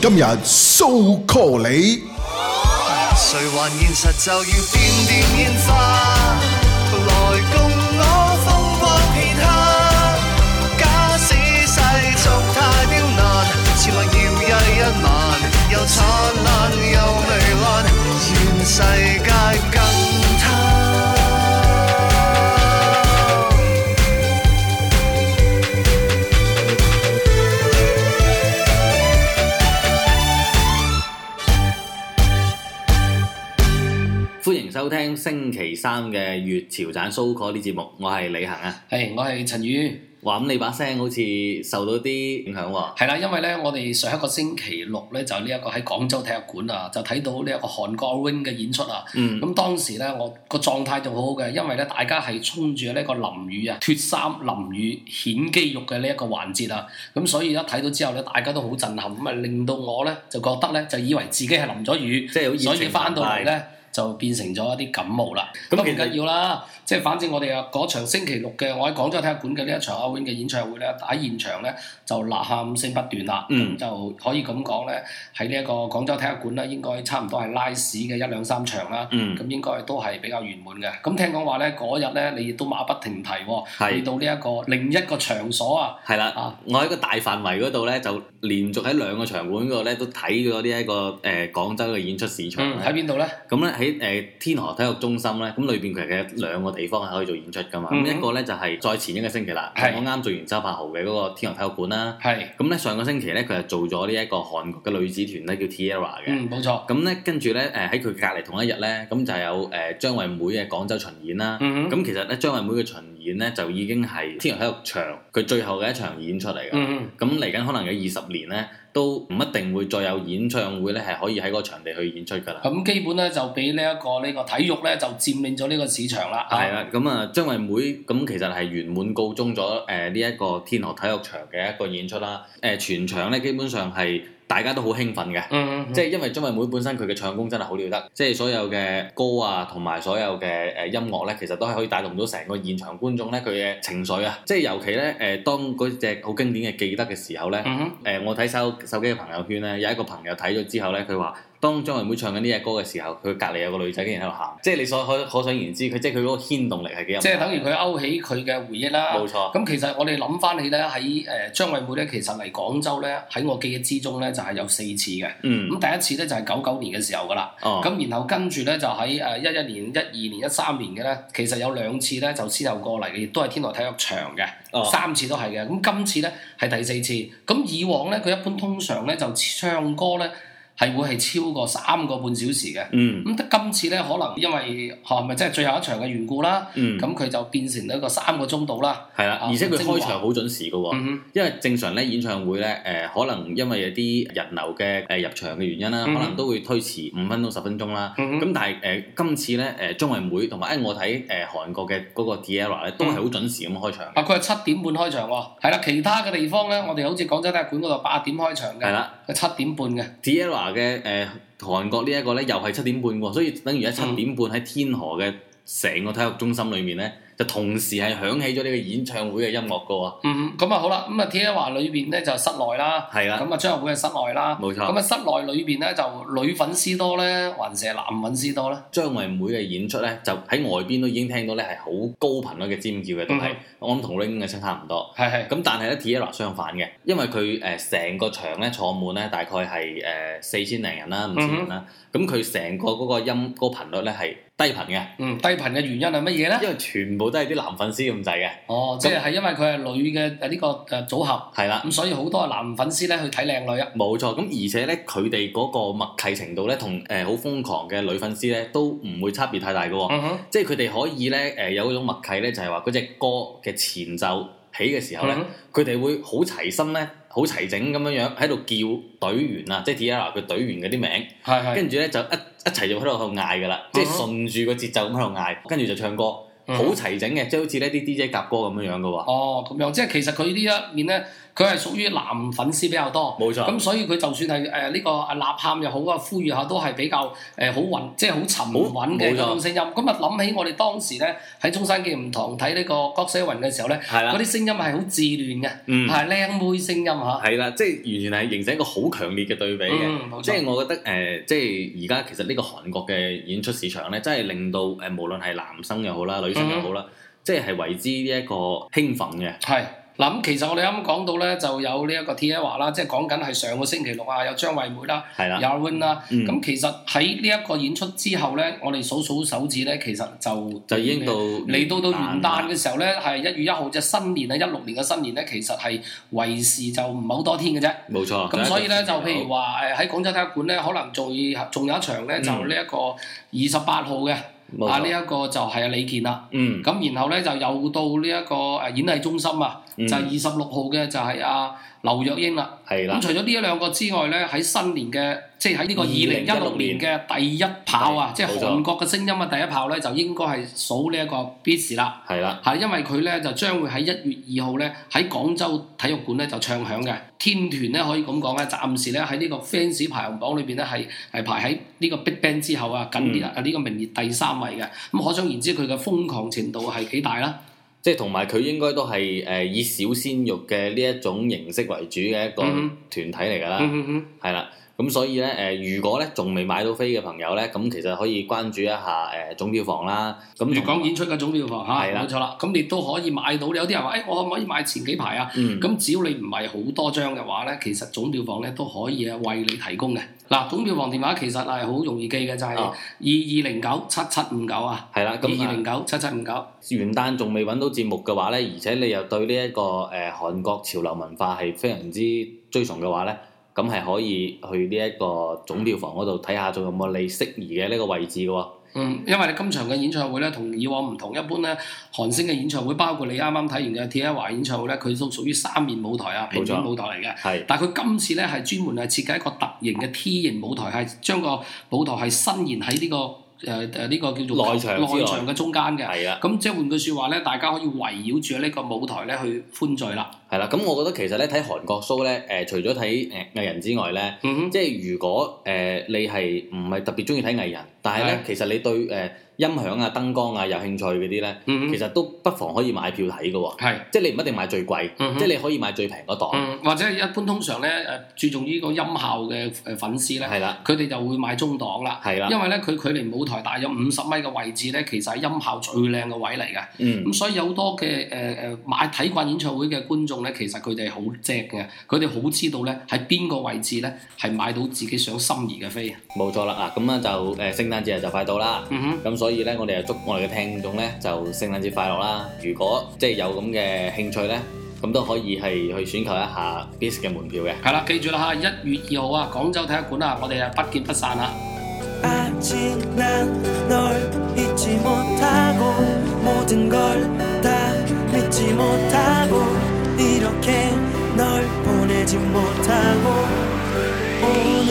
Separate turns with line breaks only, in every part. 今日 so call 你，
誰還現實就要點點煙花，來共我風光片刻。假使世俗太刁難，切勿搖曳一晚，又燦爛又糜爛，願世界更貪。
歡迎收聽星期三嘅粵潮盞 so call 呢節目，我係李行啊。
係，我係陳宇，
話咁你把聲好似受到啲影響喎。
係啦，因為咧，我哋上一個星期六咧，就呢一個喺廣州體育館啊，就睇到呢一個韓國 Wing 嘅演出啊。
嗯，
咁當時咧，我個狀態就好好嘅，因為咧，大家係衝住呢個淋雨啊、脱衫淋雨顯肌肉嘅呢一個環節啊，咁所以一睇到之後咧，大家都好震撼，咁啊令到我咧就覺得咧就以為自己係淋咗雨，
即係好熱情
所以翻到嚟咧。就變成咗一啲感冒啦，
咁
咁
其實
唔緊要啦，即係反正我哋啊嗰場星期六嘅，我喺廣州體育館嘅呢一場阿 Win 嘅演唱會咧，喺現場咧就吶喊聲不斷啦，
嗯
就可以咁講咧，喺呢一個廣州體育館咧，應該差唔多係拉屎嘅一兩三場啦，
嗯
咁應該都係比較圓滿嘅。咁聽講話咧，嗰日咧你亦都馬不停蹄
係
喎，去到呢一個另一個場所啊，
係啦，
啊
我喺個大範圍嗰度咧，就連續喺兩個場館嗰度咧都睇過呢一個誒、呃、廣州嘅演出市場
嗯
呢。
喺邊度咧？
咁咧喺誒天河體育中心咧，咁裏邊其實有兩個地方係可以做演出噶嘛。咁、
嗯
一個咧就係、再前一個星期啦，
係
我啱做完周柏豪嘅嗰個天河體育館啦。
係，
咁咧上個星期咧，佢係做咗呢一個韓國嘅女子團咧叫 Tierra 嘅。
嗯冇錯，
哦咁咧跟住咧誒喺佢隔離同一日咧，咁就有誒、呃、張惠妹嘅廣州巡演啦。
嗯
咁、
哼
其實咧張惠妹嘅巡演咧就已經係天河體育場佢最後嘅一場演出嚟㗎啦。
嗯嗯。
咁嚟緊可能有二十年咧，都唔一定會再有演唱會咧，係可以喺嗰個場地去演出㗎啦。
咁基本咧就俾呢一個呢個體育咧就佔領咗呢個市場啦。
係啦，咁啊張惠妹咁其實係圓滿告終咗誒呢一個天河體育場嘅一個演出啦。誒、全場咧基本上係大家都好興奮嘅。
嗯，嗯，
即
即係
係因為張惠妹本身佢嘅唱功真係好了得，即係所有嘅歌啊，同埋所有嘅誒音樂咧，其實都係可以帶動到成個現場觀眾咧佢嘅情緒啊！即係尤其咧誒、當嗰只好經典嘅記得嘅時候咧，誒、
嗯哼
我睇手手機嘅朋友圈咧，有一個朋友睇咗之後咧，佢話。當張惠妹唱緊呢只歌嘅時候，佢隔離有個女仔竟然喺度喊，即係你所可可想而知，佢即係佢嗰個牽動力係幾咁。
即係等於佢勾起佢嘅回憶啦。
冇錯
咁其實我哋諗翻起咧，喺誒張惠妹咧，其實嚟廣州咧，喺我記憶之中咧就係有四次嘅。
嗯
咁第一次咧就係九九年嘅時候噶啦。
哦
咁然後跟住咧就喺誒一一年、一二年、一三年嘅咧，其實有兩次咧就先後過嚟嘅，亦都係天河體育場嘅，
哦
三次都係嘅。咁今次咧係第四次。咁以往咧佢一般通常咧就唱歌咧係會係超過三個半小時嘅。
嗯
咁得今次咧，可能因為係咪即係最後一場嘅緣故啦，
嗯
咁佢、就變成一個三個鐘度啦。
係啦，
啊
而且佢
精華
開場好準時嘅喎。
嗯
因為正常咧演唱會咧，誒、可能因為有啲人流嘅誒、呃入場嘅原因啦，
嗯
可能都會推遲五分鐘十分鐘啦。
嗯
咁、但係誒、呃今次咧誒、張惠妹同埋哎誒我睇誒、呃韓國嘅嗰個 Tierra 咧，都
嗯
係好準時咁開場
哼，。啊佢係七點半開場喎，係啦，其他嘅地方咧，我哋好似廣州體育館嗰度八點開場
係
嘅，
啦
佢七點半嘅，
，Tierra 嘅誒、呃韓國呢一個咧又係七點半喎，所以等
嗯
於喺七點半喺天河嘅成個體育中心裏面咧，就同時係響起咗呢個演唱會嘅音樂嘅喎。
嗯，咁啊好啦，咁啊 T 華裏邊咧就室內啦，
係啦，
咁啊張學會係室內啦，
冇錯
咁啊室內裏邊咧就女粉絲多咧，還是係男粉絲多咧？
張惠妹嘅演出咧，就喺外邊都已經聽到咧係好高頻率嘅尖叫嘅，都係、
嗯
我諗同 Ring 嘅聲差唔多。
係係，
咁但係咧 Tierra 相反嘅，因為佢誒成個場咧坐滿咧大概係誒四千零人啦，五
嗯
千人啦。咁佢成個嗰個音嗰個頻率咧係低頻嘅，
嗯，低頻嘅原因係乜嘢咧？
因為全部都係啲男粉絲咁滯嘅，
哦，即係係因為佢係女嘅呃誒呢個誒組合，
係啦。
咁所以好多係男粉絲咧去睇靚女啊。
冇錯，咁而且咧，佢哋嗰個默契程度咧，同誒好瘋狂嘅女粉絲咧，都唔會差別太大嘅喎、
嗯哼。
即係佢哋可以咧誒、呃有嗰種默契咧，就係話嗰隻歌嘅前奏起嘅時候咧，
嗯
佢哋、會好齊心咧，好齊整咁樣樣喺度叫隊員啊，即係 Tierra 佢隊員嗰啲名，
係啊係，
跟住咧就一一齊就喺度喺度嗌噶啦，即係順住個節奏咁喺度嗌，跟住就唱歌，
嗯
好齊整嘅，即係好似呢啲 DJ 夾歌咁樣樣嘅喎。
哦哦咁樣，即係其實佢呢一面咧，佢係屬於男粉絲比較多，
冇錯
咁所以佢就算係誒呢個啊吶喊又好啊，呼籲下都係比較誒好穩，即係好沉穩
冇
嘅
錯
嗰種聲音。咁啊諗起我哋當時咧喺中山紀念堂睇呢個郭寫雲嘅時候咧，
係啦啊
嗰啲聲音係好自亂嘅，
嗯
係靚妹聲音嚇。
係啦，即係完全係形成一個好強烈嘅對比嘅。
嗯冇錯
即係我覺得誒、呃即係而家其實呢個韓國嘅演出市場咧，真係令到誒、呃、無論係男生又好啦，女生又好啦，
嗯
即係係為之呢一個興奮嘅。
係嗱，咁其實我哋啱啱講到咧，就有呢一個 T A 華啦，即係講緊係上個星期六啊，有張惠妹啦，
係啦
有阿 Win 啦。
嗯
咁其實喺呢一個演出之後咧，我哋數數手指咧，其實就
就已經到
嚟到到元旦
啦
嘅時候咧，係一月一號即係新年啊，一六年嘅新年咧，其實係為時就唔係好多天嘅啫。
冇錯。
咁所以咧就譬如
話，
話誒喺廣州體育館咧，可能仲要仲有一場咧，就呢一個二十八號嘅
冇錯
啊呢一個就係李健啦。
嗯，
咁然後咧就又到呢一個誒演藝中心啊，
嗯
就係二十六號嘅就係阿劉若英啦。
係啦
咁，除咗呢一兩個之外咧，喺新年嘅即係喺呢個二零一六年
2016
嘅第一炮啊，
係
即係
冇錯
韓國嘅聲音嘅第一炮咧，就應該係數呢一個 b i s 啦。
係啦，
係因為佢咧就將會喺一月二號咧喺廣州體育館咧就唱響嘅天團咧可以咁講咧，暫時咧喺呢個 fans 排行榜裏邊咧係係排喺呢個 BigBang 之後啊，緊列啊呢個名列第三位嘅。咁可想而知佢嘅瘋狂程度係幾大啦。
即係同埋佢應該都係誒、呃以小鮮肉嘅呢一種形式為主嘅一個
嗯
團體嚟㗎啦。
嗯哼哼
係啦。咁所以咧，誒、呃如果咧仲未買到飛嘅朋友咧，咁其實可以關注一下誒、總票房啦。咁同
粵港演出嘅總票房嚇，
係啦
冇嗯錯啦。咁你都可以買到。有啲人話：，誒、哎我可唔可以買前幾排啊？
嗯
咁、只要你唔係好多張嘅話咧，其實總票房咧都可以啊為你提供嘅。嗱，總票房電話其實係好容易記嘅，就係二
啊
二零九七七五九啊，
係啦，
二
咁
二
啊
零九七七五九。
元旦仲未揾到節目嘅話咧，而且你又對呢、一個誒、韓國潮流文化係非常之追崇嘅話咧，咁係可以去呢一個總票房嗰度睇下，仲有冇你適宜嘅呢個位置嘅喎。
嗯，因為你今場嘅演唱會咧，同以往唔同，一般咧韓星嘅演唱會，包括你啱啱睇完嘅 T.I. 華演唱會咧，佢都屬於三面舞台啊，平面
冇錯
舞台嚟嘅。
係
但係佢今次咧係專門係設計一個特型嘅 T 型舞台，係將個舞台係伸延喺呢、個誒誒呢個叫做
內牆之內
內牆嘅中間嘅。
係啦，
咁即係啊換句説話咧，大家可以圍繞住呢個舞台咧去歡聚啦。
係啦。咁我覺得其實咧睇韓國 show 咧，誒、除咗睇誒藝人之外咧。
嗯哼，
即係如果誒、呃你係唔係特別中意睇藝人，但係咧其實你對誒、呃音響啊、燈光啊有興趣嗰啲咧，
嗯
其
哼，
實都不妨可以買票睇嘅喎。
係。
即係你唔一定買最貴，
嗯哼
即係你可以買最平嗰檔。
嗯，或者一般通常咧誒注重呢個音效嘅誒粉絲咧，
係啦，
佢哋就會買中檔啦。
係啦，
因為咧佢距離舞台大約五十米嘅位置咧，其實係音效最靚嘅位嚟嘅。
嗯，
咁所以有好多嘅誒誒買睇慣演唱會嘅觀眾咧，其實佢哋好正嘅，佢哋好知道咧喺邊個位置咧係買到自己想心儀嘅飛。
冇錯啦。嗱，咁啊就誒、呃、聖誕節就快到啦。
嗯哼，
咁所以咧，我哋就祝我哋嘅聽眾咧就聖誕節快樂啦！如果即係有咁嘅興趣咧，咁都可以係去選購一下 BIS 嘅門票嘅。
係啦，記住啦嚇，一月二號啊，廣州體育館啊，我哋啊不見不散啊！
아직난 널 잊지 못하고 모든 걸 다 믿지 못하고 이렇게 널 보내지 못하고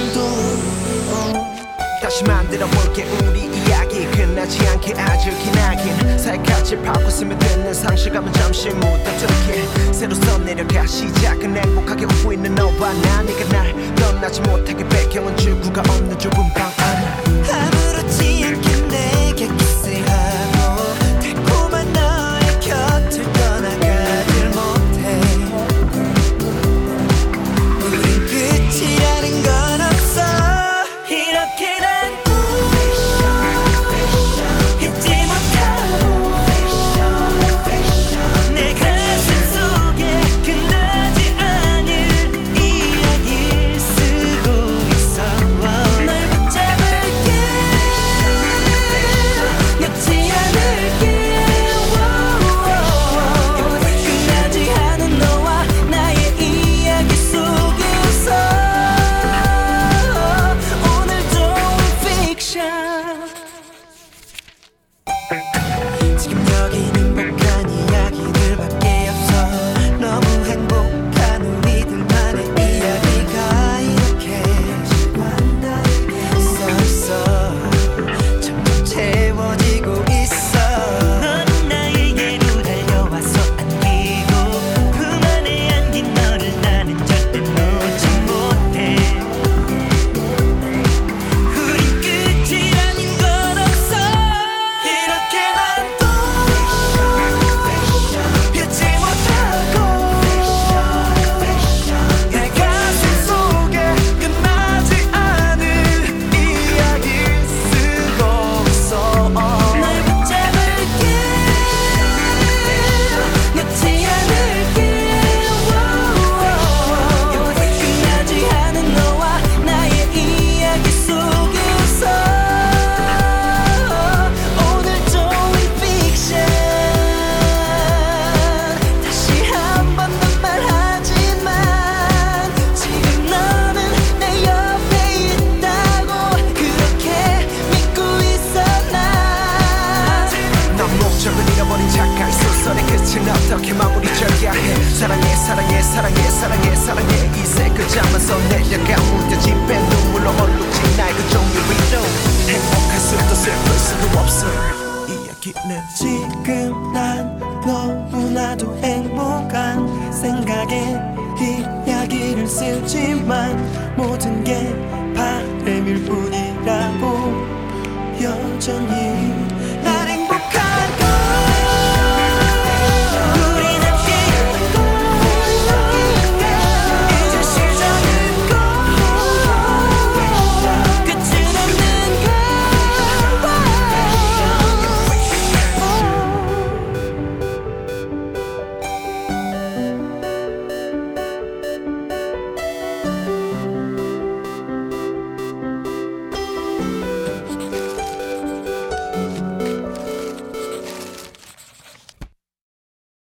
오늘도 어.
다시 만들어 볼게 우리 이야기 끝나지 않게 아주 기나긴 살갗이 파고 스며드는 상실감은 잠시 못 다투게 새로 써내려가 시작은 행복하게 웃고 있는 너와 나 네가 날 떠나지 못하게 배경은 출구가 없는 좁은 방 안.
아무렇지 않게 내게 키스하고 달콤한 너의 곁을 떠나가질 못해 우린 끝이라는 건 없어 이렇게 난 잊지 못하고 내 가슴 속에 끝나지 않을 이야기를 쓰고 있어 널 붙잡아 그
그 서 내려가 무뎌진 배 눈물로 얼룩진 날 그 종류 위로 행복할 수도 슬플 수도 없어 이야기는
지금 난 너무나도 행복한 생각에 이야기를 쓰지만 모든 게 바램일 뿐이라고 여전히